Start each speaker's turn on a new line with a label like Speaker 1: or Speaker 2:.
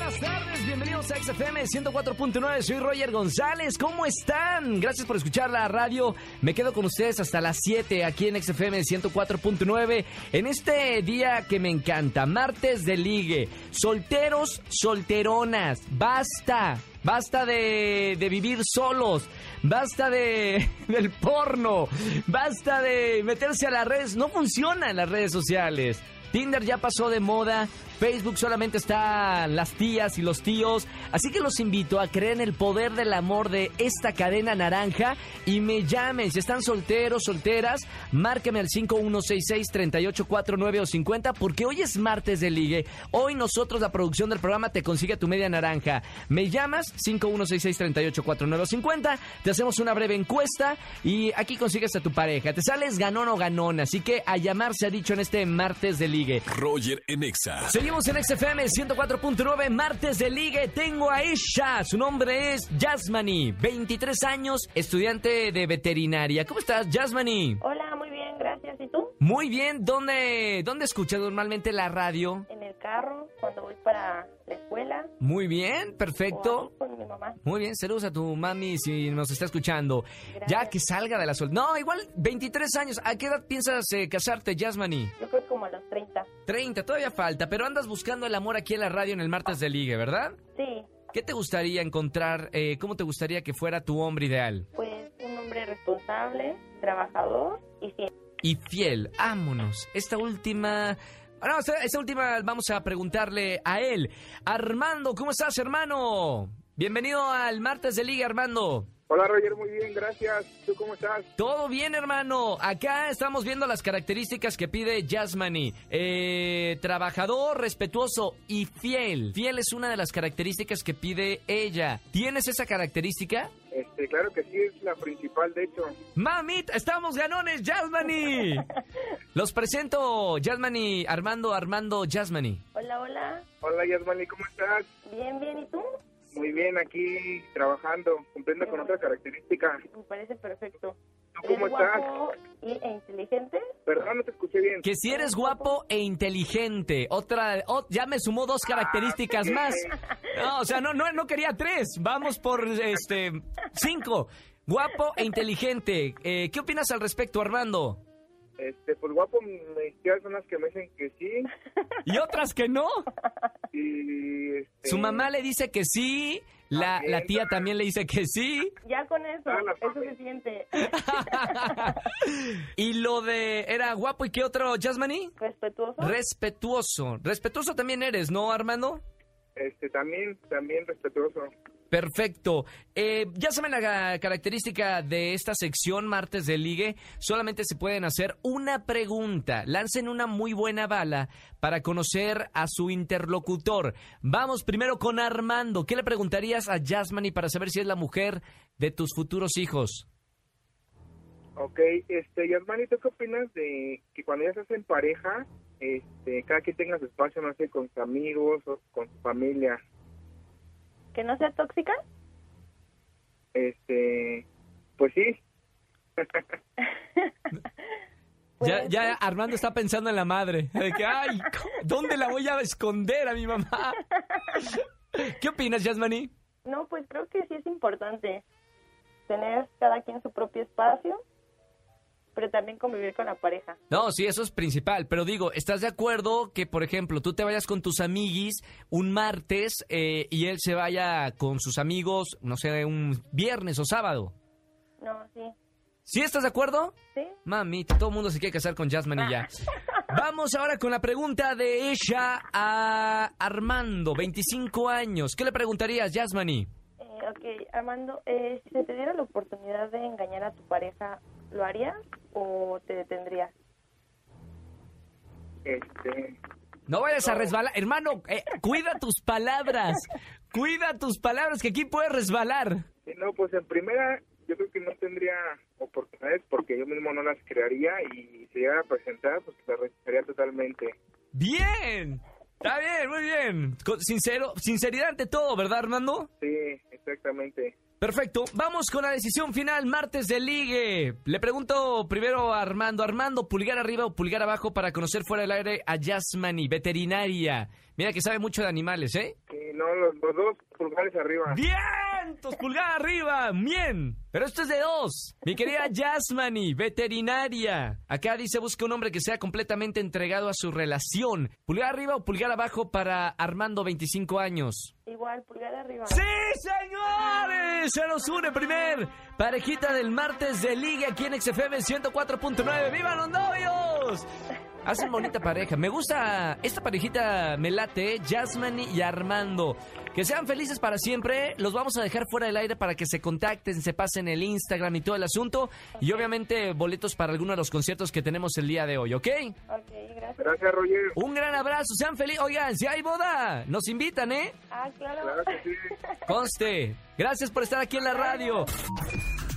Speaker 1: Buenas tardes, bienvenidos a XFM 104.9, soy Roger González, ¿cómo están? Gracias por escuchar la radio, me quedo con ustedes hasta las 7 aquí en XFM 104.9, en este día que me encanta, martes de ligue, solteros, solteronas, basta, basta de, de vivir solos, basta de, del porno, basta de meterse a las redes, no funcionan las redes sociales. Tinder ya pasó de moda, Facebook solamente están las tías y los tíos, así que los invito a creer en el poder del amor de esta cadena naranja y me llamen, si están solteros, solteras, márquenme al 5166-3849 o 50 porque hoy es martes de ligue, hoy nosotros la producción del programa te consigue tu media naranja, me llamas 5166-3849 o 50, te hacemos una breve encuesta y aquí consigues a tu pareja, te sales ganón o ganón, así que a llamar se ha dicho en este martes de ligue.
Speaker 2: Roger en Exa.
Speaker 1: Seguimos en XFM 104.9, martes de ligue. Tengo a ella. Su nombre es Yasmani, 23 años, estudiante de veterinaria. ¿Cómo estás, Yasmani?
Speaker 3: Hola, muy bien, gracias. ¿Y tú?
Speaker 1: Muy bien. ¿Dónde, dónde escuchas normalmente la radio?
Speaker 3: En el carro, cuando voy para la escuela.
Speaker 1: Muy bien,
Speaker 3: o
Speaker 1: perfecto.
Speaker 3: ahí con mi mamá.
Speaker 1: Muy bien, saludos a tu mami si nos está escuchando. Ya
Speaker 3: Gracias.
Speaker 1: que salga de la sol. No, igual 23 años. ¿A qué edad piensas eh, casarte, Yasmani?
Speaker 3: Yo creo que como a los 30.
Speaker 1: 30, todavía falta, pero andas buscando el amor aquí en la radio en el martes de ligue, ¿verdad?
Speaker 3: Sí,
Speaker 1: ¿Qué te gustaría encontrar? eh, ¿Cómo te gustaría que fuera tu hombre ideal?
Speaker 3: pues un hombre responsable, trabajador y fiel.
Speaker 1: Y fiel, ámonos. Esta última... ah, No, esta, esta última vamos a preguntarle a él. Armando, ¿cómo estás, hermano? Bienvenido al martes de Liga, Armando.
Speaker 4: Hola Roger, muy bien, gracias. ¿Tú cómo estás?
Speaker 1: Todo bien, hermano. Acá estamos viendo las características que pide Jasmine. Eh, trabajador, respetuoso y fiel. Fiel es una de las características que pide ella. ¿Tienes esa característica?
Speaker 4: Este, claro que sí, es la principal, de hecho.
Speaker 1: Mamita, estamos ganones, Jasmani. Los presento, Jasmani, Armando, Armando, Jasmani.
Speaker 3: Hola, hola.
Speaker 4: Hola Yasmani, ¿cómo estás?
Speaker 3: Bien, bien. ¿Y tú?
Speaker 4: Muy bien, aquí trabajando, cumpliendo con otra característica.
Speaker 3: Me parece perfecto.
Speaker 4: ¿Tú cómo
Speaker 3: ¿Eres
Speaker 4: estás?
Speaker 3: guapo y, e inteligente?
Speaker 4: Perdón, no te escuché bien.
Speaker 1: Que si eres guapo e inteligente. Otra, o- ya me sumó dos
Speaker 4: Ah,
Speaker 1: características más. No, o sea, no, no, no quería tres. Vamos por este cinco. Guapo e inteligente. Eh, ¿Qué opinas al respecto, Armando?
Speaker 4: Este, pues guapo, mis tías son las que me dicen que sí.
Speaker 1: ¿Y otras que no?
Speaker 4: Y, este,
Speaker 1: Su mamá le dice que sí. La, la tía también le dice que sí.
Speaker 3: Ya con eso,
Speaker 4: Ah, la
Speaker 3: eso
Speaker 4: madre.
Speaker 3: se siente.
Speaker 1: y lo de era guapo y qué otro, Jasmine?
Speaker 3: ¿Respetuoso?
Speaker 1: Respetuoso. Respetuoso también eres, ¿no, Armando?
Speaker 4: Este, también, también respetuoso.
Speaker 1: Perfecto. Eh, ya saben la ga- característica de esta sección martes de ligue. Solamente se pueden hacer una pregunta. Lancen una muy buena bala para conocer a su interlocutor. Vamos primero con Armando. ¿Qué le preguntarías a Jasmine para saber si es la mujer de tus futuros hijos?
Speaker 4: Ok, este, Yasmani, ¿tú qué opinas de que cuando ya estás en pareja, este, cada quien tenga su espacio, no sé, con sus amigos o con su familia?
Speaker 3: ¿Que no sea tóxica?
Speaker 4: Este, pues sí,
Speaker 1: Ya,
Speaker 3: Pues,
Speaker 1: ya Armando está pensando en la madre. De que, ay, ¿cómo- ¿dónde la voy a esconder a mi mamá? ¿Qué opinas, Yasmani?
Speaker 3: No, pues creo que sí es importante tener cada quien su propio espacio, pero también convivir con la pareja.
Speaker 1: No, sí, eso es principal. Pero digo, ¿estás de acuerdo que, por ejemplo, tú te vayas con tus amiguis un martes eh, y él se vaya con sus amigos, no sé, un viernes o sábado?
Speaker 3: No, sí.
Speaker 1: ¿Sí estás de acuerdo?
Speaker 3: ¿Sí?
Speaker 1: Mamita, todo el mundo se quiere casar con Jasmine y ya. Vamos ahora con la pregunta de ella a Armando, 25 años. ¿Qué le preguntarías, Jasmine?
Speaker 3: Eh, ok, Armando, eh, si se te diera la oportunidad de engañar a tu pareja, ¿lo harías o te detendrías?
Speaker 4: este,
Speaker 1: No vayas a resbalar, hermano, eh, cuida tus palabras, cuida tus palabras, que aquí puedes resbalar.
Speaker 4: Sí, No, pues en primera yo creo que no tendría oportunidades porque yo mismo no las crearía y si llegara a presentar, pues las rechazaría totalmente.
Speaker 1: Bien. Está bien, muy bien. Con sincero, sinceridad ante todo, ¿verdad, Armando?
Speaker 4: Sí, exactamente.
Speaker 1: Perfecto. Vamos con la decisión final, martes de ligue. Le pregunto primero a Armando. Armando, pulgar arriba o pulgar abajo para conocer fuera del aire a Yasmani, veterinaria. Mira que sabe mucho de animales, ¿eh?
Speaker 4: Sí, no, los, los dos pulgares arriba.
Speaker 1: ¡Vientos! Pulgar arriba, bien. Pero esto es de dos. Mi querida Yasmani, veterinaria. Acá dice busca un hombre que sea completamente entregado a su relación. Pulgar arriba o pulgar abajo para Armando, 25 años.
Speaker 3: Igual, pulgar arriba.
Speaker 1: ¡Sí, señores! Se nos une primer parejita del martes de Liga aquí en XFM 104.9. ¡Viva los novios! Hacen bonita pareja. Me gusta esta parejita, me late, ¿eh? Jasmine y Armando. Que sean felices para siempre. Los vamos a dejar fuera del aire para que se contacten, se pasen el Instagram y todo el asunto. Y obviamente boletos para alguno de los conciertos que tenemos el día de hoy, ¿ok?
Speaker 3: Ok, gracias.
Speaker 4: Gracias, Roger.
Speaker 1: Un gran abrazo, sean felices. Oigan, si hay boda, nos invitan, ¿eh?
Speaker 3: Ah, claro.
Speaker 4: Claro que sí.
Speaker 1: Conste. Gracias por estar aquí en la radio.